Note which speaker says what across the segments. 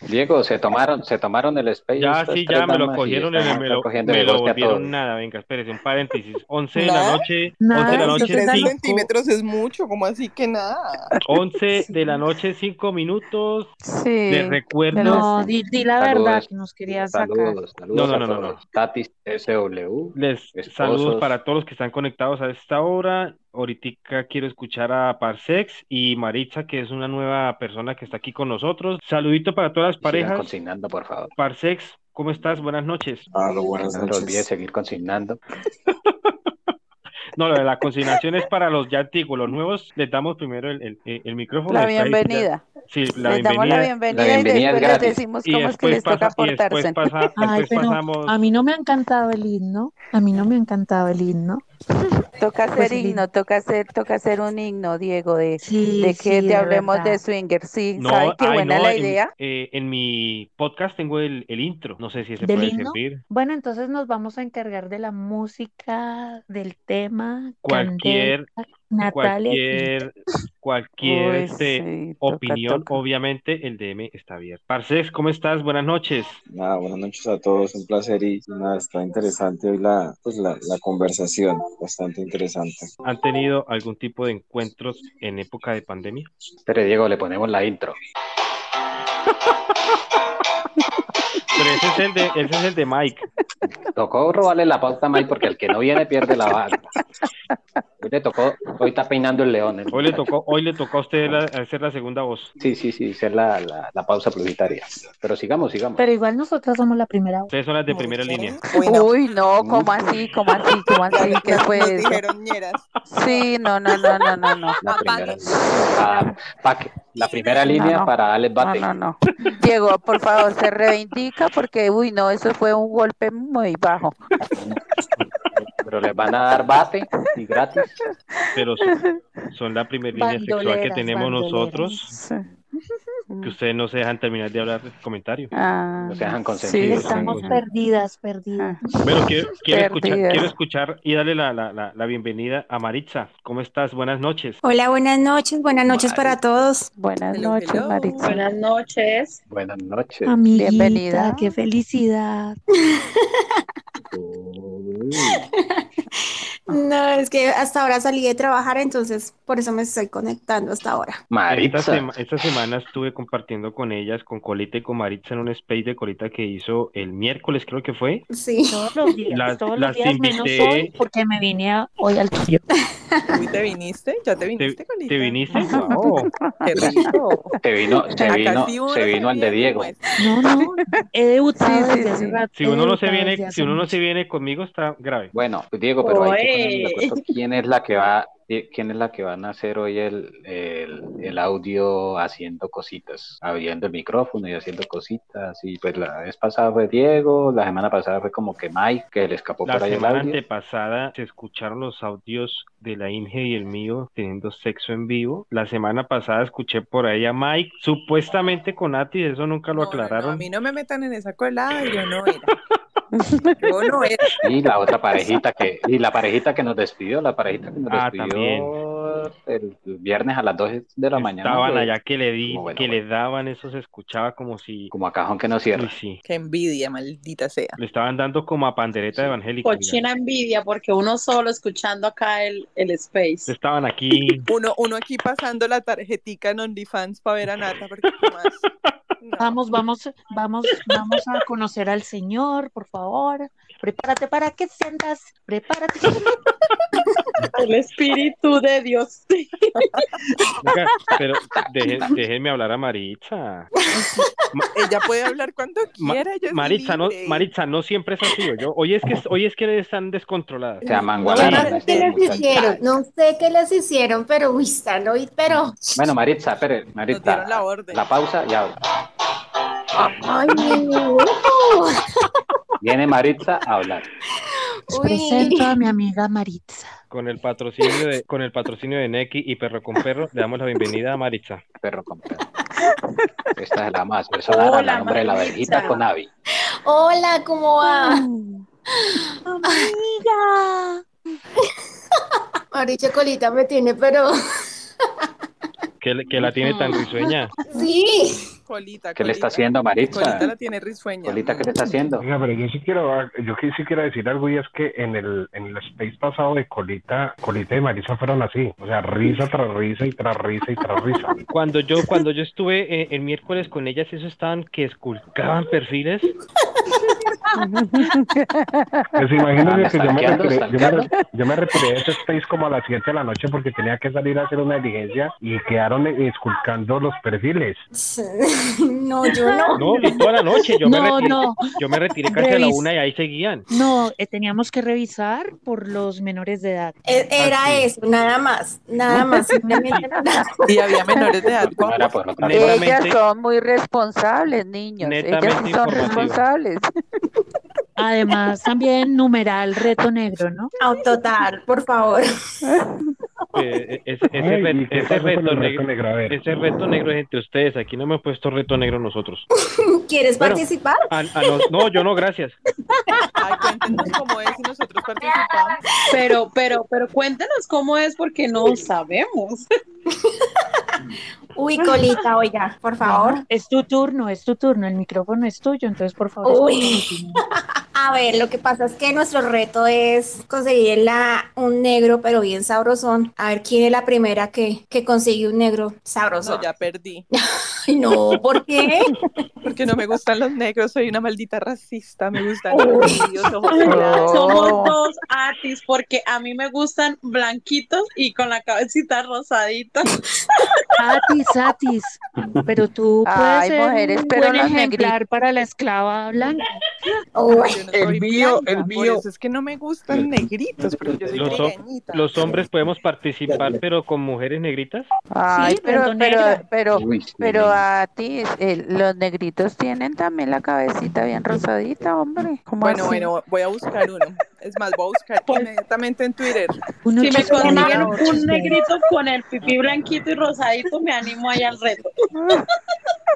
Speaker 1: Diego, se tomaron, se tomaron el space.
Speaker 2: Ya,
Speaker 1: estas
Speaker 2: sí,
Speaker 1: pues, tres
Speaker 2: ya me lo
Speaker 1: damas y
Speaker 2: cogieron,
Speaker 1: están
Speaker 2: me lo,
Speaker 1: cogiendo
Speaker 2: me
Speaker 1: el
Speaker 2: lo
Speaker 1: bosque a
Speaker 2: volvieron
Speaker 1: todos.
Speaker 2: nada. Venga, espérese, un paréntesis. 11 de la
Speaker 3: Nada,
Speaker 2: noche, 11 de la
Speaker 3: Nada,
Speaker 2: noche,
Speaker 3: estos 3
Speaker 2: cinco-
Speaker 3: Ah, centímetros es mucho, como así que nada.
Speaker 2: 11 de la noche, 5 minutos. Les
Speaker 4: Sí.
Speaker 2: recuerdo,
Speaker 4: No, di, di la
Speaker 1: Saludos.
Speaker 4: verdad que nos querías sacar.
Speaker 1: Saludos, saludos
Speaker 2: No,
Speaker 1: a
Speaker 2: no, no, no,
Speaker 1: todos. Tatis SW.
Speaker 2: les
Speaker 1: Esposos.
Speaker 2: saludos para todos los que están conectados a esta hora. Ahorita quiero escuchar a Parsex y Maritza, que es una nueva persona que está aquí con nosotros. Saludito para todas las
Speaker 1: Sigan
Speaker 2: parejas.
Speaker 1: consignando, por favor.
Speaker 2: Parsex, ¿cómo estás? Buenas noches.
Speaker 5: Claro,
Speaker 1: No
Speaker 5: buenas
Speaker 1: se olvide
Speaker 5: noches.
Speaker 1: seguir consignando.
Speaker 2: No, lo de la consignación es para los ya antiguos, los nuevos les damos primero el, el- el micrófono.
Speaker 6: La
Speaker 2: Está ahí, pues,
Speaker 6: bienvenida.
Speaker 2: Sí, la
Speaker 6: Pues Les damos la
Speaker 2: bienvenida.
Speaker 6: bienvenida,
Speaker 1: La bienvenida
Speaker 6: y
Speaker 1: es
Speaker 6: después les
Speaker 1: gratis.
Speaker 6: decimos
Speaker 2: Y
Speaker 6: cómo es que
Speaker 2: después
Speaker 6: les toca
Speaker 2: pasa, y
Speaker 6: portarse.
Speaker 2: después pasa,
Speaker 4: Ay,
Speaker 2: después
Speaker 4: pero
Speaker 2: pasamos.
Speaker 4: A mí no me ha encantado el himno. A mí no me ha encantado el himno.
Speaker 6: Toca
Speaker 4: Pues
Speaker 6: ser
Speaker 4: sí.
Speaker 6: himno, toca ser, toca ser un himno, Diego, de,
Speaker 4: Sí,
Speaker 6: de que
Speaker 4: sí,
Speaker 6: te
Speaker 4: es
Speaker 6: hablemos
Speaker 4: verdad.
Speaker 6: de swinger. Sí,
Speaker 2: No,
Speaker 6: ¿sabe qué
Speaker 2: ay,
Speaker 6: buena
Speaker 2: no,
Speaker 6: la
Speaker 2: en,
Speaker 6: idea?
Speaker 2: eh, en mi podcast tengo el, el intro, no sé si se
Speaker 4: ¿Del
Speaker 2: puede
Speaker 4: himno?
Speaker 2: servir.
Speaker 4: Bueno, entonces nos vamos a encargar de la música, del tema,
Speaker 2: Cualquier-
Speaker 4: Candela, Natalia.
Speaker 2: Cualquier, cualquier
Speaker 6: Uy,
Speaker 2: este,
Speaker 6: sí, toca,
Speaker 2: opinión,
Speaker 6: toca.
Speaker 2: obviamente el DM está abierto. Parcés, ¿cómo estás? Buenas noches.
Speaker 5: Nada, buenas noches a todos, un placer y nada, está interesante hoy la, pues la, la conversación, bastante interesante.
Speaker 2: ¿Han tenido algún tipo de encuentros en época de pandemia?
Speaker 1: Pero Diego, le ponemos la intro.
Speaker 2: Pero ese es el de, ese es el de Mike.
Speaker 1: Tocó robarle la pauta a Mike porque el que no viene pierde la bala. Hoy le tocó, hoy está peinando el león. el
Speaker 2: Hoy le
Speaker 1: muchacho.
Speaker 2: tocó, hoy le tocó a usted la- hacer la segunda voz.
Speaker 1: Sí, sí, sí, esa es la, la, la pausa publicitaria. Pero sigamos, sigamos.
Speaker 4: Pero igual nosotros somos la primera.
Speaker 2: Ustedes son las de primera línea.
Speaker 3: ¿eh? Bueno,
Speaker 6: Uy, no, ¿cómo así? ¿Cómo así? ¿Cómo así? ¿Qué
Speaker 3: nos-
Speaker 6: fue
Speaker 3: nos
Speaker 6: eso?
Speaker 3: dijeron ñeras.
Speaker 6: Sí, no, no, no, no, no, no.
Speaker 1: La primera,
Speaker 3: Apague.
Speaker 1: Ah, pa' que- la primera línea
Speaker 6: no.
Speaker 1: para Alex
Speaker 6: No,
Speaker 1: Bate.
Speaker 6: no, no. Diego, por favor, se reivindica porque, uy, no, eso fue un golpe muy bajo.
Speaker 1: Pero le van a dar bate y gratis.
Speaker 2: pero son, son la primera línea sexual que
Speaker 4: Bandoleras,
Speaker 2: tenemos
Speaker 4: bandoleras.
Speaker 2: nosotros,
Speaker 6: Sí. Mm.
Speaker 2: que ustedes no se dejan terminar de hablar de comentario.
Speaker 6: Ah,
Speaker 1: No se dejan
Speaker 6: sí,
Speaker 1: consentir.
Speaker 4: Estamos
Speaker 2: sí.
Speaker 4: perdidas, perdidas.
Speaker 6: Ah.
Speaker 2: Bueno, quiero, quiero escuchar,
Speaker 6: Perdidas.
Speaker 2: quiero escuchar y darle la, la- la- la bienvenida a Maritza. ¿Cómo estás? Buenas noches.
Speaker 7: Hola, buenas noches, buenas noches para todos.
Speaker 6: Buenas
Speaker 3: Hello,
Speaker 6: noches,
Speaker 3: hello.
Speaker 6: Maritza.
Speaker 8: Buenas noches.
Speaker 1: Buenas noches.
Speaker 4: Amiguita,
Speaker 6: Bienvenida.
Speaker 4: qué felicidad.
Speaker 1: Uy,
Speaker 7: No, es que hasta ahora salí de trabajar, entonces por eso me estoy conectando hasta ahora.
Speaker 2: Esta,
Speaker 1: Maritza.
Speaker 2: sema- esta semana estuve compartiendo con ellas, con Colita y con Maritza en un space de Colita que hizo el miércoles, creo que fue.
Speaker 7: Sí.
Speaker 4: Todos los días,
Speaker 2: Las-
Speaker 4: todos
Speaker 2: las
Speaker 4: los días menos
Speaker 2: invité.
Speaker 4: hoy porque me vine a- hoy al tuyo.
Speaker 3: Uy, ¿te viniste? ¿Ya te viniste, Colita?
Speaker 2: ¿Te viniste? Wow.
Speaker 3: Qué rico.
Speaker 1: Se vino, se
Speaker 3: Acá
Speaker 1: vino,
Speaker 3: sí uno
Speaker 1: se vino el de
Speaker 3: viene
Speaker 1: Diego.
Speaker 3: como es.
Speaker 4: No, no, he debutado
Speaker 6: Sí, sí,
Speaker 4: desde hace
Speaker 6: sí.
Speaker 4: rato,
Speaker 2: Si
Speaker 4: he
Speaker 2: uno no se
Speaker 4: debutado
Speaker 2: viene,
Speaker 4: desde hace
Speaker 2: si uno no
Speaker 4: mucho.
Speaker 2: se viene conmigo está grave.
Speaker 1: Bueno, pues, Diego, pero hay que
Speaker 8: Oye.
Speaker 1: ponernos de acuerdo quién es la que va, eh, quién es la que van a hacer hoy el, el, el audio haciendo cositas, abriendo el micrófono y haciendo cositas. Y pues la vez pasada fue Diego, la semana pasada fue como que Mike, que le escapó
Speaker 2: La
Speaker 1: por ahí el
Speaker 2: semana
Speaker 1: audio.
Speaker 2: antepasada se escucharon los audios de la Inge y el mío teniendo sexo en vivo. La semana pasada escuché por ahí a Mike, supuestamente con Atis, eso nunca lo
Speaker 3: No, no, no, a
Speaker 2: aclararon.
Speaker 3: mí no me metan en esa colada, yo no era. Yo no era.
Speaker 1: Y la otra parejita que, y la parejita que nos despidió, la parejita que nos
Speaker 2: Ah,
Speaker 1: despidió el viernes a las 2 de la mañana.
Speaker 2: Estaban
Speaker 1: pues,
Speaker 2: allá que le di,
Speaker 1: Bueno,
Speaker 2: que
Speaker 1: bueno.
Speaker 2: le daban, eso se escuchaba como si,
Speaker 1: Como a cajón que no cierra.
Speaker 2: uy, sí,
Speaker 3: Qué envidia, maldita sea.
Speaker 2: le estaban dando como a pandereta
Speaker 1: Sí.
Speaker 2: evangélica.
Speaker 8: Cochina envidia porque uno solo escuchando acá el, el
Speaker 2: ya.
Speaker 8: space.
Speaker 2: Estaban aquí,
Speaker 3: Uno, uno aquí pasando la tarjetica en OnlyFans para ver a Nata, porque ¿qué más. No.
Speaker 4: Vamos, vamos, vamos, vamos a conocer al Señor, por favor. Prepárate para que sientas, prepárate.
Speaker 8: El espíritu de Dios.
Speaker 2: Oiga, pero deje- déjenme hablar a Maritza.
Speaker 3: Ella puede hablar cuando
Speaker 2: Ma-
Speaker 3: quiera. ella es
Speaker 2: Maritza no,
Speaker 3: libre.
Speaker 2: Maritza no siempre es así, yo. Hoy es que, hoy es que están descontroladas.
Speaker 1: Se este
Speaker 7: No,
Speaker 1: amangualaron.
Speaker 7: no sé
Speaker 1: estos
Speaker 7: qué les
Speaker 1: muchachos.
Speaker 7: hicieron, no sé qué les hicieron, pero uy, están hoy, pero
Speaker 1: Bueno, Maritza, espere,
Speaker 3: Nos
Speaker 1: Maritza.
Speaker 3: dieron la orden.
Speaker 1: La pausa y habla.
Speaker 7: ay, mi dibujo.
Speaker 1: Viene Maritza a hablar.
Speaker 4: Presento
Speaker 7: Uy,
Speaker 4: a mi amiga Maritza.
Speaker 2: Con el patrocinio de, con el patrocinio de Neki y Perro con Perro, le damos la bienvenida a Maritza.
Speaker 1: Perro con perro. Esta es la más personal al
Speaker 8: Hola,
Speaker 1: nombre de la
Speaker 8: Maritza.
Speaker 1: abejita con Avi.
Speaker 7: hola, ¿cómo va?
Speaker 6: Ah.
Speaker 4: Amiga.
Speaker 7: Mauricio Colita me tiene, pero
Speaker 2: Que, le- que la tiene tan risueña.
Speaker 7: sí,
Speaker 3: Colita.
Speaker 1: ¿Qué le está
Speaker 3: colita.
Speaker 1: haciendo Maritza?
Speaker 3: Colita la tiene risueña. Mm.
Speaker 1: Colita, ¿qué le está haciendo?
Speaker 9: Oiga, pero yo sí quiero, yo que sí quiero decir algo y es que en el, en el space pasado de Colita, Colita y Marisa fueron así, o sea, risa tras risa y tras risa y tras risa.
Speaker 2: Cuando yo, cuando yo estuve eh, el miércoles con ellas, eso estaban que esculcaban perfiles.
Speaker 9: Pues imagínense que yo me,
Speaker 1: Stalkeando,
Speaker 9: retiré, yo, me,
Speaker 1: stalkeando.
Speaker 9: re- yo me retiré de ese space como a las 7 de la noche porque tenía que salir a hacer una diligencia y quedaron eh, esculcando los perfiles.
Speaker 7: No, yo no.
Speaker 2: No, y toda la noche. Yo, me,
Speaker 4: No,
Speaker 2: retiré,
Speaker 4: no,
Speaker 2: yo me retiré casi a la
Speaker 4: Revis-
Speaker 2: una y ahí seguían.
Speaker 4: no, eh, teníamos que revisar por los menores de edad.
Speaker 7: E- Era eso, nada más, nada más, simplemente nada.
Speaker 3: Y había menores de edad.
Speaker 1: No era por otra
Speaker 2: Ne-
Speaker 1: cosa.
Speaker 6: Ellas
Speaker 2: Netamente-
Speaker 6: son muy responsables, niños. Ellas sí
Speaker 2: Netamente
Speaker 6: son
Speaker 2: informativo.
Speaker 6: responsables.
Speaker 4: Además, también numeral reto negro, ¿no?
Speaker 7: Autotar, por favor.
Speaker 2: Eh, eh, ese, ese
Speaker 9: Ay,
Speaker 2: re-
Speaker 9: ¿y qué
Speaker 2: ese
Speaker 9: pasó con el
Speaker 2: reto
Speaker 9: reto
Speaker 2: negro.
Speaker 9: negro? A ver.
Speaker 2: Ese reto negro es entre ustedes, aquí no hemos puesto reto negro nosotros.
Speaker 7: ¿Quieres
Speaker 2: Bueno.
Speaker 7: participar?
Speaker 2: A- a los- no, yo no, gracias.
Speaker 3: Ay, cuéntenos cómo es y nosotros participamos.
Speaker 8: Pero, pero, pero cuéntanos cómo es porque no sabemos.
Speaker 7: Uy, colita, oiga, por favor.
Speaker 4: Es tu turno, es tu turno, el micrófono es tuyo, entonces por favor.
Speaker 7: Uy. A ver, lo que pasa es que nuestro reto es conseguir la, un negro, pero bien sabrosón. A ver quién es la primera que, que consigue un negro sabrosón.
Speaker 3: No, ya perdí.
Speaker 7: Ay, no, ¿por qué?
Speaker 3: Porque no me gustan los negros, soy una maldita racista. Me gustan los judíos, ojos claros.
Speaker 8: Somos dos atis porque a mí me gustan blanquitos y con la cabecita rosadita.
Speaker 4: Atis, Atis, pero tú puedes
Speaker 6: Ay,
Speaker 4: ser
Speaker 6: mujeres,
Speaker 4: un
Speaker 6: pero
Speaker 4: buen
Speaker 6: las
Speaker 4: ejemplar para la esclava blanca.
Speaker 7: Uy,
Speaker 3: Yo no
Speaker 10: El
Speaker 3: soy
Speaker 10: mío, el
Speaker 3: blanca,
Speaker 10: mío.
Speaker 3: Por eso es que no me gustan negritos, porque yo soy
Speaker 2: Los hom-
Speaker 3: trigueñita.
Speaker 2: Los hombres podemos participar, pero con mujeres negritas.
Speaker 6: Ay,
Speaker 4: Sí,
Speaker 6: pero,
Speaker 4: perdón,
Speaker 6: pero,
Speaker 4: negra.
Speaker 6: pero,
Speaker 1: Uy, sí,
Speaker 6: pero
Speaker 1: no.
Speaker 6: a ti, eh, los negritos tienen también la cabecita bien rosadita, hombre. ¿Cómo
Speaker 3: Bueno,
Speaker 6: así?
Speaker 3: bueno, voy a buscar uno. Es más, voy a buscar inmediatamente en Twitter.
Speaker 4: Uno
Speaker 8: Si me
Speaker 4: chispea,
Speaker 8: consiguen
Speaker 4: otro
Speaker 8: un
Speaker 4: chispea.
Speaker 8: negrito con el pipí blanquito y rosadito, me animo ahí al reto.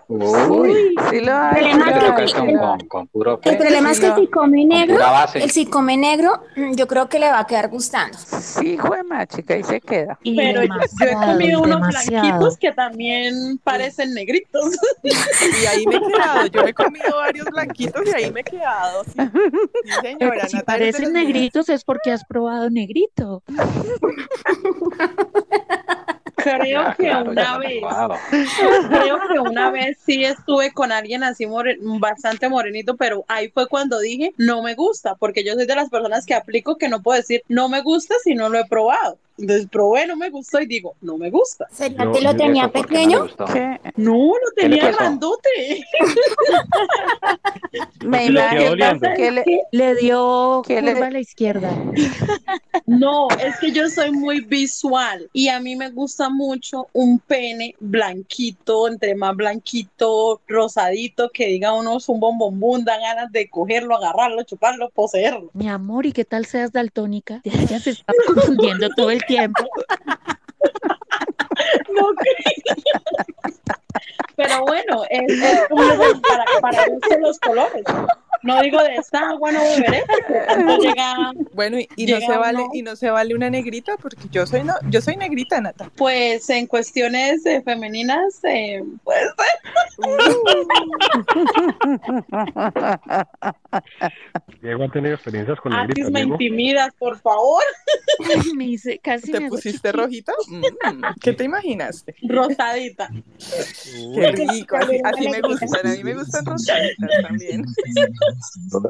Speaker 1: Uy,
Speaker 6: Sí lo hay.
Speaker 7: Pero
Speaker 1: te
Speaker 6: sí
Speaker 7: no,
Speaker 6: lo
Speaker 1: toca
Speaker 6: hay,
Speaker 1: es
Speaker 6: sí
Speaker 1: con,
Speaker 6: lo hay.
Speaker 1: con, con puro
Speaker 7: el problema es que si come
Speaker 1: con
Speaker 7: negro,
Speaker 1: pura base.
Speaker 7: el si come negro, mm, yo creo que le va a quedar gustando.
Speaker 6: Sí, juema, chica, ahí se queda.
Speaker 4: Y
Speaker 8: Pero yo, yo he
Speaker 4: demasiado,
Speaker 8: comido unos
Speaker 4: demasiado.
Speaker 8: blanquitos que también parecen negritos.
Speaker 3: Y ahí me he quedado. Yo me he comido varios blanquitos y ahí me he quedado. Sí, Sí,
Speaker 4: Pero
Speaker 3: señora. Natalia es
Speaker 4: si
Speaker 3: de
Speaker 4: parecen
Speaker 3: las mías.
Speaker 4: negritos es porque has probado negrito.
Speaker 8: Creo
Speaker 1: Ya,
Speaker 8: que
Speaker 1: claro, ya
Speaker 8: una
Speaker 1: lo he
Speaker 8: vez.
Speaker 1: probado.
Speaker 8: Creo que una vez sí estuve con alguien así more- bastante morenito, pero ahí fue cuando dije, no me gusta, porque yo soy de las personas que aplico que no puedo decir, no me gusta si no lo he probado. Entonces probé, no me gustó y digo, no me gusta.
Speaker 7: ¿Será
Speaker 1: Yo-
Speaker 7: que
Speaker 1: yo
Speaker 7: lo
Speaker 1: eso
Speaker 7: tenía
Speaker 1: porque no me
Speaker 7: pequeño?
Speaker 1: gustó.
Speaker 6: ¿Qué?
Speaker 8: No, lo
Speaker 1: ¿Qué le
Speaker 8: tenía
Speaker 1: pasó?
Speaker 8: grandote.
Speaker 6: Me
Speaker 2: Lo que le quedó
Speaker 6: imagino
Speaker 2: oliendo.
Speaker 6: que le...
Speaker 4: Le dio
Speaker 6: ¿Qué le-
Speaker 4: curva a la izquierda.
Speaker 8: No, es que yo soy muy visual y a mí me gusta mucho un pene blanquito, entre más blanquito, rosadito, que diga uno es un bombombón, da ganas de cogerlo, agarrarlo, chuparlo, poseerlo.
Speaker 4: Mi amor, ¿y qué tal seas daltónica? Te hayas estado construyendo todo el tiempo.
Speaker 8: No creo. Pero bueno, es, es como para, para gusto los colores. No digo de esta agua no beberé porque tanto llega.
Speaker 3: Bueno, y, y no
Speaker 8: Llega
Speaker 3: se vale,
Speaker 8: uno-
Speaker 3: y no se vale una negrita, porque yo soy no, yo soy negrita, Nata.
Speaker 8: Pues en cuestiones eh, femeninas, eh, pues
Speaker 9: Diego ha tenido experiencias con
Speaker 8: antes
Speaker 9: negritos,
Speaker 8: me
Speaker 9: Diego.
Speaker 8: intimidas, por favor.
Speaker 4: Me hice, casi me
Speaker 3: ¿Te
Speaker 4: hago
Speaker 3: pusiste
Speaker 4: chiqui.
Speaker 3: rojita? Mm, ¿Qué te imaginaste?
Speaker 8: Rosadita.
Speaker 3: Qué rico, así, así me gustan, a mí me gustan rosaditas también.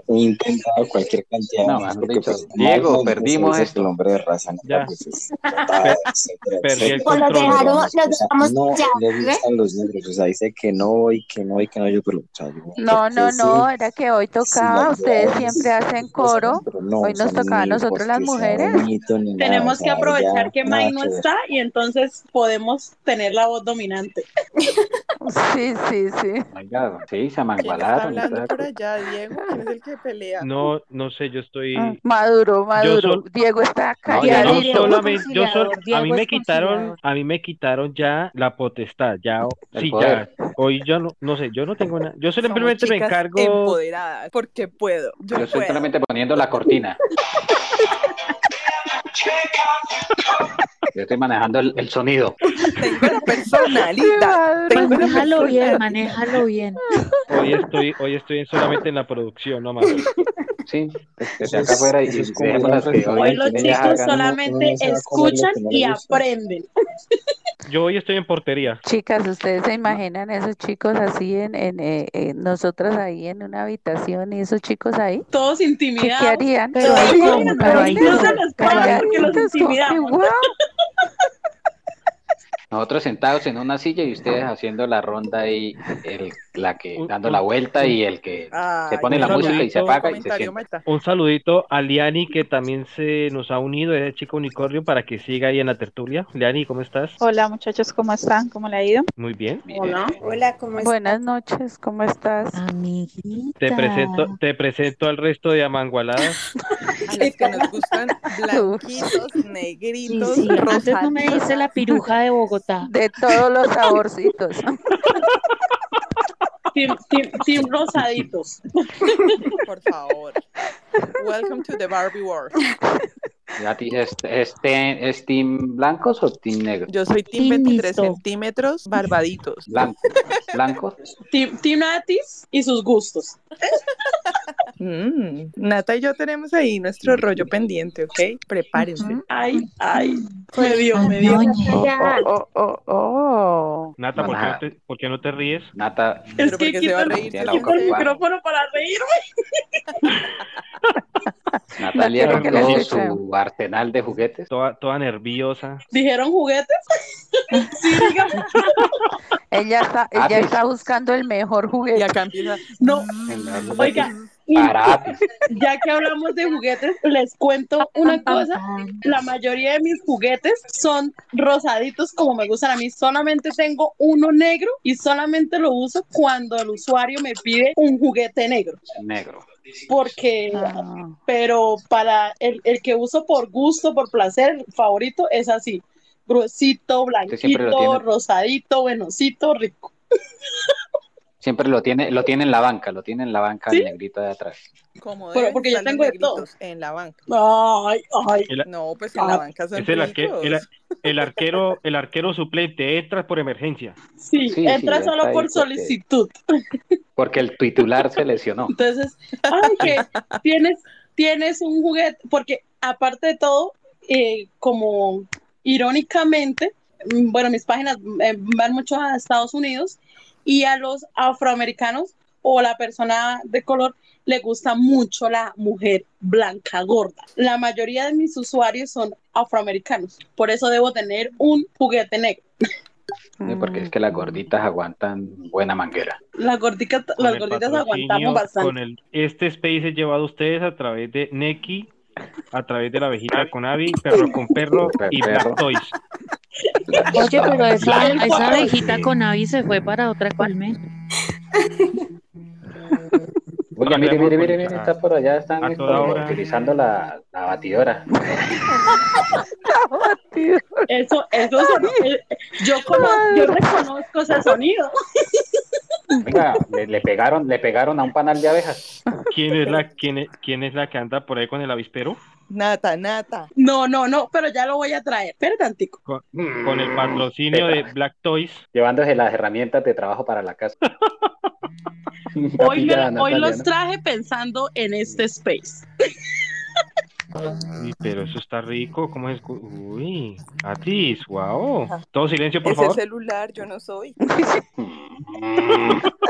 Speaker 5: He intentado cualquier cantidad.
Speaker 1: No,
Speaker 5: de
Speaker 1: mejor
Speaker 5: cosas, porque,
Speaker 1: dicho,
Speaker 5: pues,
Speaker 1: Diego,
Speaker 5: mal, mal,
Speaker 1: perdimos
Speaker 5: pues,
Speaker 1: esto.
Speaker 5: El hombre de raza negra,
Speaker 2: Ya.
Speaker 5: pues, es tratada, etcétera,
Speaker 2: perdí el
Speaker 5: etcétera.
Speaker 7: O lo
Speaker 2: control.
Speaker 7: dejaron,
Speaker 5: Pero,
Speaker 7: lo
Speaker 5: o sea,
Speaker 7: dejamos
Speaker 5: no
Speaker 7: ya,
Speaker 5: le
Speaker 7: ¿ve?
Speaker 5: gustan los negros, o sea, dice que no y que no y que no, yo pero, o sea, yo,
Speaker 6: No,
Speaker 5: ¿por qué
Speaker 6: no,
Speaker 5: sí?
Speaker 6: no, era que hoy tocaba,
Speaker 5: Sí, la idea
Speaker 6: ustedes
Speaker 5: es-
Speaker 6: siempre hacen
Speaker 5: o sea,
Speaker 6: coro.
Speaker 5: pero no,
Speaker 6: Hoy
Speaker 5: o sea,
Speaker 6: nos tocaba a
Speaker 5: ni
Speaker 6: nosotros las
Speaker 5: porque sea
Speaker 6: mujeres.
Speaker 5: bonito ni nada,
Speaker 8: Tenemos
Speaker 5: o
Speaker 8: que
Speaker 5: sea,
Speaker 8: aprovechar
Speaker 5: ya
Speaker 8: que
Speaker 5: nada
Speaker 8: May no
Speaker 5: que ver.
Speaker 8: está y entonces podemos tener la voz dominante.
Speaker 6: Sí, sí, sí.
Speaker 1: Oiga, oh sí, se
Speaker 3: ¿Quién está
Speaker 1: amangualaron.
Speaker 3: hablando por
Speaker 1: está-
Speaker 3: allá, Diego? ¿Quién es el que pelea?
Speaker 2: No, no sé, yo estoy.
Speaker 4: Ah.
Speaker 6: Maduro, maduro.
Speaker 2: Ah. sol-
Speaker 6: Diego está
Speaker 1: No,
Speaker 2: yo no
Speaker 6: calladito.
Speaker 4: Diego es
Speaker 2: solamente, yo sol- a
Speaker 4: conciliador,
Speaker 2: mí
Speaker 4: Diego
Speaker 2: me
Speaker 4: es
Speaker 2: quitaron,
Speaker 4: conciliador.
Speaker 2: a mí me quitaron ya la potestad, ya,
Speaker 1: El
Speaker 2: sí, ya,
Speaker 1: poder.
Speaker 2: hoy yo no, no sé, yo no tengo nada, yo
Speaker 3: Somos
Speaker 2: simplemente me
Speaker 3: chicas
Speaker 2: encargo,
Speaker 3: empoderadas, porque puedo. Yo,
Speaker 1: Yo estoy
Speaker 3: puedo.
Speaker 1: solamente poniendo la cortina. Yo estoy manejando el, el sonido.
Speaker 3: Tengo la personalidad.
Speaker 4: Pues
Speaker 3: Tengo la
Speaker 4: manéjalo
Speaker 3: personalidad.
Speaker 4: bien, manéjalo bien.
Speaker 2: Hoy estoy, hoy estoy en- solamente en la producción, no más.
Speaker 1: Sí, es que
Speaker 5: Eso
Speaker 1: sea Este, acá
Speaker 5: es-
Speaker 1: afuera y
Speaker 5: eso es
Speaker 1: y
Speaker 5: como
Speaker 1: dejemos
Speaker 5: una
Speaker 1: las que
Speaker 5: persona.
Speaker 1: oigan,
Speaker 8: Hoy los
Speaker 1: que ellas
Speaker 8: chicos
Speaker 1: hagan.
Speaker 8: solamente
Speaker 5: uno se va a comer lo
Speaker 8: escuchan
Speaker 5: que no le
Speaker 8: y
Speaker 5: gusta.
Speaker 8: aprenden.
Speaker 2: Yo hoy estoy en portería.
Speaker 6: Chicas, ¿ustedes se imaginan esos chicos así en, en eh, eh, nosotras ahí en una habitación y esos chicos ahí?
Speaker 8: Todos
Speaker 6: ¿Qué, qué
Speaker 8: intimidados.
Speaker 6: harían?
Speaker 4: Pero ahí
Speaker 8: Todos
Speaker 4: cómo, pero ahí
Speaker 8: no
Speaker 4: cómo,
Speaker 8: se los
Speaker 4: pero
Speaker 8: pagan
Speaker 4: ahí
Speaker 8: porque los
Speaker 6: Calladitos, como que,
Speaker 8: intimidamos.
Speaker 6: "Guau".
Speaker 1: Nosotros sentados en una silla y ustedes haciendo la ronda y el, la que
Speaker 2: Un-
Speaker 1: dando la
Speaker 2: un-
Speaker 1: vuelta y el que
Speaker 8: Ah,
Speaker 1: se pone la
Speaker 2: un
Speaker 1: música y se
Speaker 2: saludito,
Speaker 1: apaga y se
Speaker 3: comentario,
Speaker 1: sienta.
Speaker 3: Marta.
Speaker 2: Un saludito a Liani que también se nos ha unido, es chico unicornio, para que siga ahí en la tertulia. Liani, ¿cómo estás?
Speaker 10: Hola muchachos, ¿cómo están? ¿Cómo le ha ido?
Speaker 2: Muy bien.
Speaker 1: Mire,
Speaker 8: Hola.
Speaker 7: Hola, ¿cómo estás?
Speaker 6: Buenas noches, ¿cómo estás?
Speaker 4: Amiguita.
Speaker 2: Te presento, te presento al resto de amangualadas.
Speaker 3: A los que nos gustan blanquitos,
Speaker 4: Sí,
Speaker 3: negritos,
Speaker 4: sí, antes no me dice la
Speaker 3: rosaditos.
Speaker 4: piruja de Bogotá.
Speaker 6: De todos los saborcitos.
Speaker 8: Team, team- team rosaditos.
Speaker 3: Por favor. Welcome to the Barbie World.
Speaker 1: ¿a ti ¿Es, es, te- es team blancos o team negros?
Speaker 3: Yo soy Team
Speaker 4: Team
Speaker 3: 23
Speaker 4: listo.
Speaker 3: centímetros, barbaditos.
Speaker 1: Blanco, blancos.
Speaker 8: Team, team Natis y sus gustos.
Speaker 3: Mm, Nata y yo tenemos ahí nuestro rollo pendiente, ¿ok? Prepárense.
Speaker 8: Ay, ay. Me dio, me dio.
Speaker 4: Ñoñe.
Speaker 6: Oh, oh, oh, oh.
Speaker 2: Nata, ¿por qué no
Speaker 1: Ajá.
Speaker 2: te, por qué no te ríes?
Speaker 1: Nata,
Speaker 8: Es
Speaker 3: Pero
Speaker 8: que
Speaker 3: porque se va a
Speaker 8: quita-
Speaker 3: reír.
Speaker 1: quita
Speaker 3: si
Speaker 1: la
Speaker 3: es un
Speaker 1: boca.
Speaker 8: Con el
Speaker 3: tema.
Speaker 8: micrófono para reírme.
Speaker 1: Natalia
Speaker 6: No
Speaker 1: con
Speaker 6: quiero que
Speaker 1: todo
Speaker 6: les
Speaker 1: su arsenal de juguetes.
Speaker 2: Toda, toda nerviosa.
Speaker 8: ¿Dijeron juguetes? sí, dígame.
Speaker 6: Ella está,
Speaker 1: Ah,
Speaker 6: ella
Speaker 1: sí.
Speaker 6: está buscando el mejor
Speaker 3: Y
Speaker 6: juguete.
Speaker 3: acá empieza.
Speaker 8: No,
Speaker 1: Oiga.
Speaker 8: oiga, y
Speaker 1: Para Atis.
Speaker 8: ya que hablamos de juguetes, les cuento una cosa. La mayoría de mis juguetes son rosaditos como me gustan a mí. Solamente tengo uno negro y solamente lo uso cuando el usuario me pide un juguete negro.
Speaker 1: negro.
Speaker 8: Porque,
Speaker 6: Ah.
Speaker 8: pero para el, el que uso por gusto, por placer, favorito, es así. Gruesito,
Speaker 1: siempre lo
Speaker 8: blanquito,
Speaker 1: tiene.
Speaker 8: rosadito, buenosito, rico.
Speaker 1: Siempre lo tiene, lo tiene en la banca, lo tiene en la banca
Speaker 8: ¿Sí?
Speaker 1: el negrito de atrás.
Speaker 3: Como
Speaker 8: Pero
Speaker 3: deben
Speaker 8: porque yo
Speaker 3: estar los
Speaker 8: tengo de todo.
Speaker 3: negritos En la banca.
Speaker 8: Ay, ay.
Speaker 3: No, pues en la
Speaker 8: Ah,
Speaker 3: banca son
Speaker 2: Es el, arque-
Speaker 3: ricos.
Speaker 2: el, el arquero, el arquero suplente, entras por emergencia.
Speaker 8: Sí,
Speaker 1: Sí,
Speaker 8: entra
Speaker 1: sí, está
Speaker 8: solo
Speaker 1: ahí
Speaker 8: por
Speaker 1: porque-
Speaker 8: solicitud.
Speaker 1: Porque el titular se lesionó.
Speaker 8: Entonces, ay, que tienes, tienes un juguete, porque aparte de todo, eh, como irónicamente, mm, bueno, mis páginas eh, van mucho a Estados Unidos y a los afroamericanos o la persona de color le gusta mucho la mujer blanca gorda. La mayoría de mis usuarios son afroamericanos, por eso debo tener un juguete negro.
Speaker 1: Sí, Porque es que las gorditas aguantan buena manguera.
Speaker 8: Las gorditas,
Speaker 2: Con
Speaker 8: las
Speaker 2: el
Speaker 8: gorditas
Speaker 2: patrocinio,
Speaker 8: aguantamos bastante.
Speaker 2: Con el, este space es llevado a ustedes a través de Neki, a través de la vejita con Abby, perro con perro y
Speaker 1: Perro.
Speaker 2: Black Toys.
Speaker 4: Oye, pero esa,
Speaker 8: Ay,
Speaker 4: esa
Speaker 8: guau.
Speaker 4: abejita con Avi se fue para otra colmena.
Speaker 1: Oye, mire, mire, mire, mire, está por allá, están este,
Speaker 2: A toda hora.
Speaker 1: utilizando la, la batidora.
Speaker 8: Eso, eso son- eh, yo, cono- yo reconozco ese sonido.
Speaker 1: Venga, le, le pegaron, le pegaron a un panal de abejas.
Speaker 2: ¿Quién es la, quién es, quién es la que anda por ahí con el avispero?
Speaker 3: Nata, nata.
Speaker 8: No, no, no, pero ya lo voy a traer. Espera tantico.
Speaker 2: Con, con el patrocinio de Black Toys.
Speaker 1: Llevándose las herramientas de trabajo para la casa.
Speaker 8: Hoy, me-
Speaker 1: Capilla,
Speaker 8: hoy
Speaker 1: Natalia,
Speaker 8: los
Speaker 1: ¿no?
Speaker 8: traje pensando en este space.
Speaker 2: Uy, pero eso está rico, ¿cómo es? Uy, Atis, wow. Todo silencio, por
Speaker 3: Ese
Speaker 2: favor.
Speaker 3: celular yo no soy.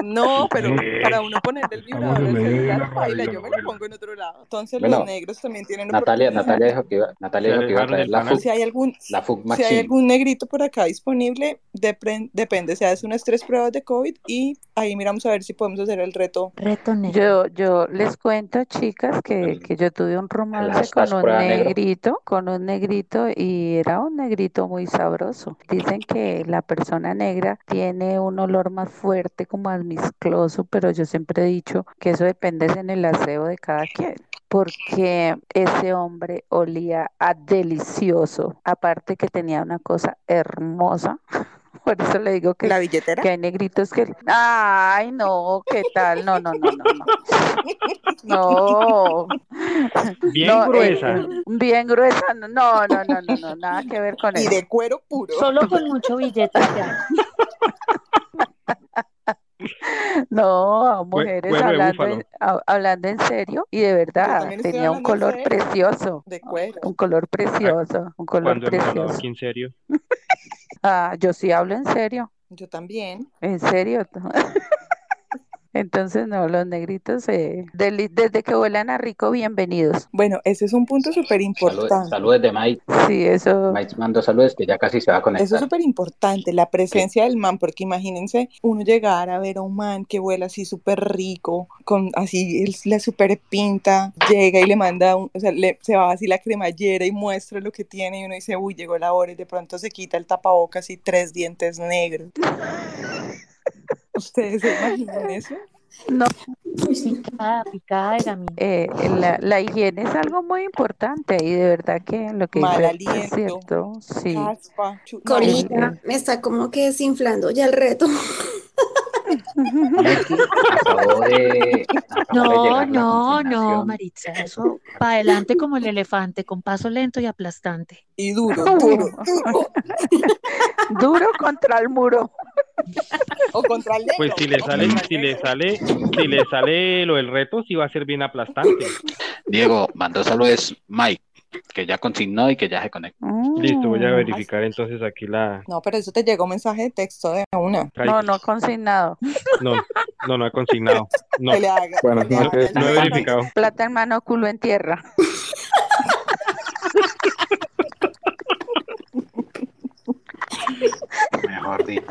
Speaker 3: No, pero para uno ponerle el
Speaker 9: Estamos
Speaker 3: vibrador
Speaker 9: en
Speaker 3: al
Speaker 9: medio de
Speaker 3: celular,
Speaker 9: una
Speaker 3: baila,
Speaker 9: radio
Speaker 3: yo me lo
Speaker 9: novela.
Speaker 3: pongo en otro lado. Entonces
Speaker 1: Bueno,
Speaker 3: los negros también tienen
Speaker 1: Natalia,
Speaker 3: oportunidad.
Speaker 1: Natalia dijo que iba, Natalia
Speaker 2: Se
Speaker 1: dijo que iba a
Speaker 2: alejaron
Speaker 1: traer
Speaker 2: del
Speaker 1: la
Speaker 2: panal.
Speaker 1: Fug,
Speaker 3: Si hay algún,
Speaker 1: la Fug
Speaker 3: si hay
Speaker 1: Machine.
Speaker 3: algún negrito por acá disponible, depren- depende, se hace unas tres pruebas de COVID y ahí miramos a ver si podemos hacer el reto.
Speaker 4: Reto negro.
Speaker 6: Yo, yo les cuento, chicas, que,
Speaker 1: Ah. El-
Speaker 6: que yo tuve un romance
Speaker 1: hashtag
Speaker 6: con un
Speaker 1: prueba negro.
Speaker 6: negrito, con un negrito, y era un negrito muy sabroso. Dicen que la persona negra tiene un olor más fuerte, como almizcloso, pero yo siempre he dicho que eso depende es en el aseo de cada quien. Porque ese hombre olía a delicioso. Aparte que tenía una cosa hermosa. Por eso le digo que,
Speaker 3: ¿La billetera?
Speaker 6: que hay negritos que... Ay, no, ¿qué tal? No, no, no, no. No. No.
Speaker 2: Bien
Speaker 6: No, eh,
Speaker 2: gruesa.
Speaker 6: bien gruesa. No, no, no, no, no, nada que ver con
Speaker 3: Y
Speaker 6: eso.
Speaker 3: de cuero puro.
Speaker 4: Solo con mucho billete ya.
Speaker 6: No, a mujeres
Speaker 2: cuero de
Speaker 6: hablando,
Speaker 2: búfalo.
Speaker 6: en, a- hablando en serio y de
Speaker 3: Yo
Speaker 6: verdad,
Speaker 3: también estoy
Speaker 6: tenía
Speaker 3: hablando
Speaker 6: un
Speaker 3: en
Speaker 6: color
Speaker 3: serio.
Speaker 6: precioso,
Speaker 3: De cuero.
Speaker 6: un color precioso, un color
Speaker 2: Cuando hemos hablado
Speaker 6: precioso.
Speaker 2: aquí en serio.
Speaker 6: Ah, yo sí hablo en serio,
Speaker 3: Yo también.
Speaker 6: en serio. Entonces, no, los negritos, eh, deli- desde que vuelan a rico, bienvenidos.
Speaker 3: Bueno, ese es un punto súper
Speaker 1: Salud-
Speaker 3: importante.
Speaker 1: saludos de Mike.
Speaker 6: Sí, eso,
Speaker 1: Mike mando saludos que ya casi se va a
Speaker 3: Eso es
Speaker 1: conectar.
Speaker 3: súper importante, la presencia del man, porque imagínense uno llegar a ver a un man que vuela así súper rico, con así el- la súper pinta, llega y le manda, un- o sea, le- se va así la cremallera y muestra lo que tiene y uno dice, uy, llegó la hora y de pronto se quita el tapabocas y tres dientes negros. ¿Ustedes se imaginan eso?
Speaker 6: no,
Speaker 4: Picada, picada de gamín.
Speaker 6: eh, la, la higiene es algo muy importante y de verdad que lo que
Speaker 3: Mal
Speaker 6: dice Berta es
Speaker 3: aliento,
Speaker 6: cierto, sí.
Speaker 3: caspa, chu- no,
Speaker 6: El-
Speaker 7: Colita, me está como que desinflando ya el reto.
Speaker 1: Miki acabó de, acabó de
Speaker 4: No,
Speaker 1: llegar la
Speaker 4: no, no,
Speaker 1: consignación.
Speaker 4: Maritza, eso para adelante como el elefante, con paso lento y aplastante.
Speaker 3: y duro, duro, duro,
Speaker 6: Duro contra el muro.
Speaker 3: o contra el
Speaker 2: Pues
Speaker 3: negro,
Speaker 2: si le
Speaker 3: o
Speaker 2: sale,
Speaker 3: contra el
Speaker 2: si le
Speaker 3: negro.
Speaker 2: sale, si le sale lo del reto, sí va a ser bien aplastante.
Speaker 1: Diego, mandó saludos Mike, que ya consignó y que ya se conectó.
Speaker 2: Listo, voy a
Speaker 6: Mm.
Speaker 2: verificar entonces aquí la.
Speaker 3: No, pero eso te llegó mensaje de texto de una.
Speaker 6: No, no consignado.
Speaker 2: No, no, no he consignado. No,
Speaker 3: Que le haga,
Speaker 5: Bueno,
Speaker 3: que le
Speaker 5: no,
Speaker 3: haga
Speaker 5: que-
Speaker 3: el
Speaker 2: no he
Speaker 3: reto.
Speaker 2: verificado.
Speaker 6: Plata en mano, culo en tierra.
Speaker 1: Mejor dicho.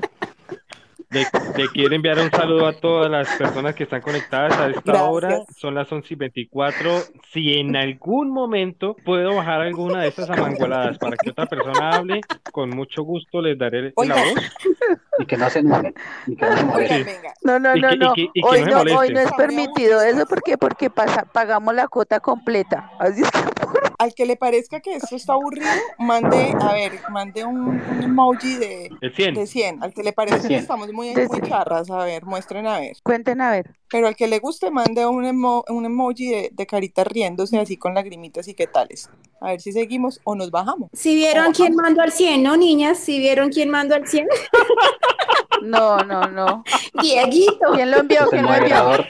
Speaker 2: Le, le quiero enviar un saludo a todas las personas que están conectadas a esta
Speaker 3: Gracias.
Speaker 2: hora. Son las 11 y 24. Si en algún momento puedo bajar alguna de estas amangualadas para que otra persona hable, con mucho gusto les daré la
Speaker 3: Oigan.
Speaker 2: voz.
Speaker 1: Y que no se enoje, y que no se moleste.
Speaker 3: Oigan,
Speaker 2: Sí.
Speaker 3: venga,
Speaker 6: No, no,
Speaker 2: Y
Speaker 6: no,
Speaker 2: que, y
Speaker 6: no.
Speaker 2: que, y que
Speaker 6: Hoy
Speaker 2: no se
Speaker 6: no, hoy no
Speaker 2: moleste.
Speaker 6: es permitido eso porque porque pasa, pagamos la cuota completa. Así es que
Speaker 3: al que le parezca que esto está aburrido, mande, a ver, mande un, un emoji de,
Speaker 2: El 100.
Speaker 3: de 100. Al que le
Speaker 1: De
Speaker 3: parezca que
Speaker 1: 100.
Speaker 3: estamos muy,
Speaker 6: de-
Speaker 3: muy charras, a ver, muestren a ver.
Speaker 6: cuenten a ver.
Speaker 3: Pero al que le guste, mande un, emo- un emoji de, de carita riéndose así con lagrimitas y qué tales. A ver si seguimos o nos bajamos.
Speaker 7: Si
Speaker 3: O
Speaker 7: vieron quién
Speaker 3: bajamos.
Speaker 7: mandó al 100, ¿no, niñas? Si vieron quién mandó al 100,
Speaker 6: No, no, no.
Speaker 7: Dieguito.
Speaker 6: ¿Quién lo envió?
Speaker 1: Pues el
Speaker 6: ¿Quién lo envió?
Speaker 1: moderador,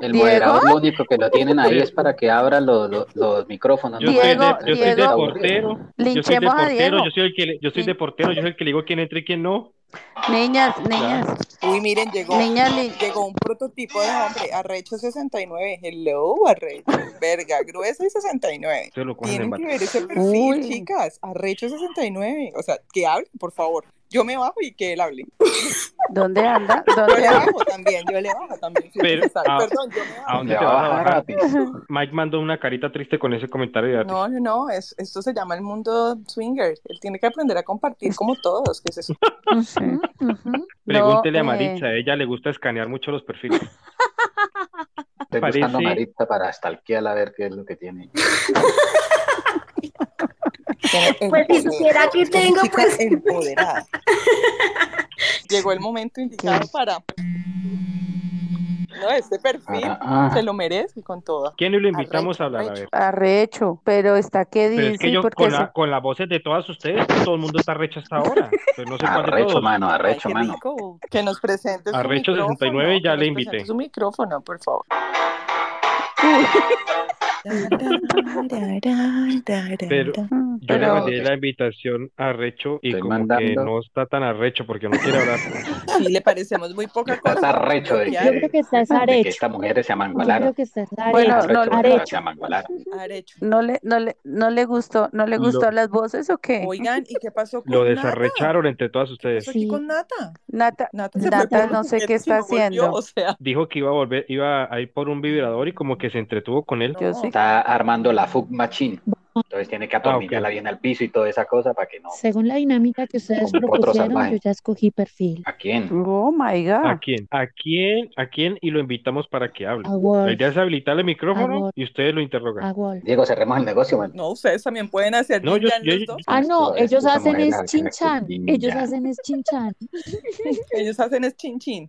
Speaker 1: el
Speaker 6: ¿Diego?
Speaker 1: moderador lo único que lo tienen ahí
Speaker 2: Yo-
Speaker 1: es para que abra lo- lo- los micrófonos,
Speaker 2: Yo
Speaker 1: no
Speaker 2: soy
Speaker 1: para
Speaker 2: de,
Speaker 6: Diego,
Speaker 1: entretener,
Speaker 2: yo
Speaker 1: porque
Speaker 2: soy de
Speaker 1: está
Speaker 6: Diego,
Speaker 1: aburrido.
Speaker 2: portero, yo soy de
Speaker 6: linchemos a
Speaker 2: portero,
Speaker 6: Diego.
Speaker 2: yo soy el que le- yo soy de portero, yo soy el que le digo quién entra y quién no.
Speaker 6: Niñas, niñas,
Speaker 3: Uy, miren, llegó,
Speaker 6: niñas, lin-
Speaker 3: llegó un prototipo de hombre, arrecho 69. Hello, arrecho, verga, gruesa y 69.
Speaker 2: Ustedes lo cogen en
Speaker 3: Tienen que
Speaker 2: bata.
Speaker 3: ver ese perfil,
Speaker 6: Uy,
Speaker 3: chicas. Arrecho 69. O sea, que hable, por favor. Yo me bajo y que él hable.
Speaker 6: ¿dónde anda?
Speaker 3: Yo
Speaker 6: ¿Dónde
Speaker 3: le
Speaker 6: anda?
Speaker 3: bajo también, yo le bajo también si es
Speaker 2: Pero, ah,
Speaker 3: necesario.
Speaker 2: ¿a,
Speaker 3: Perdón, yo me
Speaker 2: a
Speaker 3: bajo.
Speaker 2: dónde
Speaker 1: Le
Speaker 2: te
Speaker 1: va a
Speaker 2: vas a
Speaker 1: bajar a
Speaker 2: bajar?
Speaker 1: ti.
Speaker 2: Mike mandó una carita triste con ese comentario de Atis.
Speaker 3: No, no, no, es, esto se llama el mundo swinger. Él tiene que aprender a compartir como todos. ¿Qué es eso?
Speaker 6: Sí.
Speaker 4: Ujú, ujú.
Speaker 6: No,
Speaker 2: Pregúntele a
Speaker 6: eh,
Speaker 2: Maritza, a ella le gusta escanear mucho los perfiles.
Speaker 1: Estoy buscando a
Speaker 2: Parece,
Speaker 1: Maritza para stalkearla a ver qué es lo que tiene.
Speaker 3: Tiene
Speaker 7: Pues si
Speaker 3: empoderada.
Speaker 7: supiera que
Speaker 3: Una
Speaker 7: tengo,
Speaker 3: chica eh.
Speaker 7: pues
Speaker 3: empoderada. Llegó el momento indicado para. No, este perfil
Speaker 1: Para, ah,
Speaker 3: se lo merece con toda.
Speaker 2: ¿quién lo invitamos
Speaker 3: Arrecho,
Speaker 2: a hablar? A
Speaker 3: arrecho.
Speaker 2: ver.
Speaker 6: arrecho, pero está que
Speaker 2: Pero es que
Speaker 6: dice
Speaker 2: yo,
Speaker 6: porque
Speaker 2: con
Speaker 6: se
Speaker 2: la, con las voces de todas ustedes, todo el mundo está recho hasta ahora. Entonces no sé cuál de
Speaker 1: arrecho,
Speaker 2: todos.
Speaker 1: mano,
Speaker 3: Ay,
Speaker 1: arrecho,
Speaker 3: qué
Speaker 1: mano.
Speaker 3: rico. Que nos presente su
Speaker 2: Arrecho 69
Speaker 3: micrófono.
Speaker 2: ya
Speaker 3: Que
Speaker 2: le
Speaker 3: nos presente
Speaker 2: invité.
Speaker 3: su micrófono, por favor.
Speaker 2: Pero
Speaker 6: Mm,
Speaker 2: yo le
Speaker 1: Espera,
Speaker 6: Pero
Speaker 2: mandé
Speaker 1: porque
Speaker 2: la invitación a Recho y
Speaker 1: estoy
Speaker 2: como que
Speaker 1: mandando.
Speaker 2: no está tan arrecho porque no quiere hablar.
Speaker 3: Sí, le parecemos muy poca
Speaker 1: Estás
Speaker 3: cosa.
Speaker 1: arrecho de
Speaker 4: Yo creo
Speaker 1: que,
Speaker 3: bloquearlo.
Speaker 4: que estás
Speaker 1: de, de que
Speaker 4: arecho.
Speaker 1: estas mujeres se
Speaker 4: Yo creo
Speaker 1: amangualaron.
Speaker 4: que estás
Speaker 6: bueno,
Speaker 4: arecho.
Speaker 1: Arrecho
Speaker 6: no,
Speaker 1: porque ahora se
Speaker 4: Arecho.
Speaker 1: amangualaron.
Speaker 3: Arecho.
Speaker 6: no le, no le, no le gustó, no le
Speaker 2: Lo,
Speaker 6: gustó las voces o qué?
Speaker 3: Oigan, ¿y qué pasó
Speaker 2: lo
Speaker 3: con Nata?
Speaker 2: desarrecharon entre todas
Speaker 3: ¿Qué pasó
Speaker 2: ustedes.
Speaker 3: aquí
Speaker 4: Sí.
Speaker 3: con Nata?
Speaker 6: Nata,
Speaker 3: Nata se fue por
Speaker 6: Nata
Speaker 3: los
Speaker 6: no sé qué
Speaker 3: juguetes y
Speaker 6: está
Speaker 3: no volvió,
Speaker 6: haciendo.
Speaker 3: o sea,
Speaker 2: Dijo que iba a volver, iba a ir por un vibrador y como que se entretuvo con él.
Speaker 6: Yo sí.
Speaker 3: no.
Speaker 1: Está armando la Fug Machine. Entonces tiene
Speaker 2: Ah,
Speaker 1: que atornillarla bien al piso y toda esa cosa para que no.
Speaker 4: Según la dinámica que ustedes
Speaker 1: Como potro
Speaker 4: propusieron,
Speaker 1: salvaje.
Speaker 4: yo ya escogí perfil.
Speaker 1: ¿A quién?
Speaker 4: Oh my god.
Speaker 6: Ah.
Speaker 2: ¿A quién? ¿A quién? ¿A quién? Y lo invitamos para que hable.
Speaker 4: A Wolf.
Speaker 2: La idea es habilitarle el
Speaker 4: A
Speaker 2: micrófono
Speaker 4: Wolf.
Speaker 2: y ustedes lo interrogan.
Speaker 4: A Wolf.
Speaker 1: Diego, cerremos el negocio, man.
Speaker 3: No, ustedes también pueden hacer
Speaker 2: No, yo-
Speaker 3: yin-yang
Speaker 2: yo-
Speaker 3: los
Speaker 2: yo-
Speaker 3: dos.
Speaker 4: Ah, no,
Speaker 1: Esto-
Speaker 4: ellos
Speaker 1: esto
Speaker 4: hacen
Speaker 1: mujer
Speaker 4: es
Speaker 1: la-
Speaker 4: chinchan.
Speaker 1: yin-yang.
Speaker 4: Ellos hacen es chinchan.
Speaker 3: Ellos hacen es chin chin.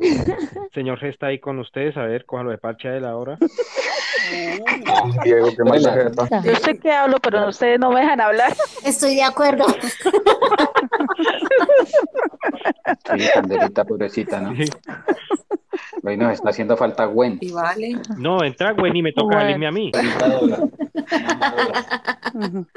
Speaker 2: Señor G está ahí con ustedes, a ver, cójalo de parche de la hora.
Speaker 11: Diego, que me
Speaker 1: Hola.
Speaker 11: jeta.
Speaker 4: Ta.
Speaker 6: Yo sé que hablo, pero ustedes no me dejan hablar.
Speaker 7: Estoy de acuerdo.
Speaker 1: Sí, Candelita, pobrecita, ¿no? Hoy nos está haciendo falta Gwen.
Speaker 3: Y vale.
Speaker 2: No, entra Gwen y me toca
Speaker 6: Bueno.
Speaker 2: salirme a mí.
Speaker 11: Ahorita dobla.
Speaker 12: Ujú.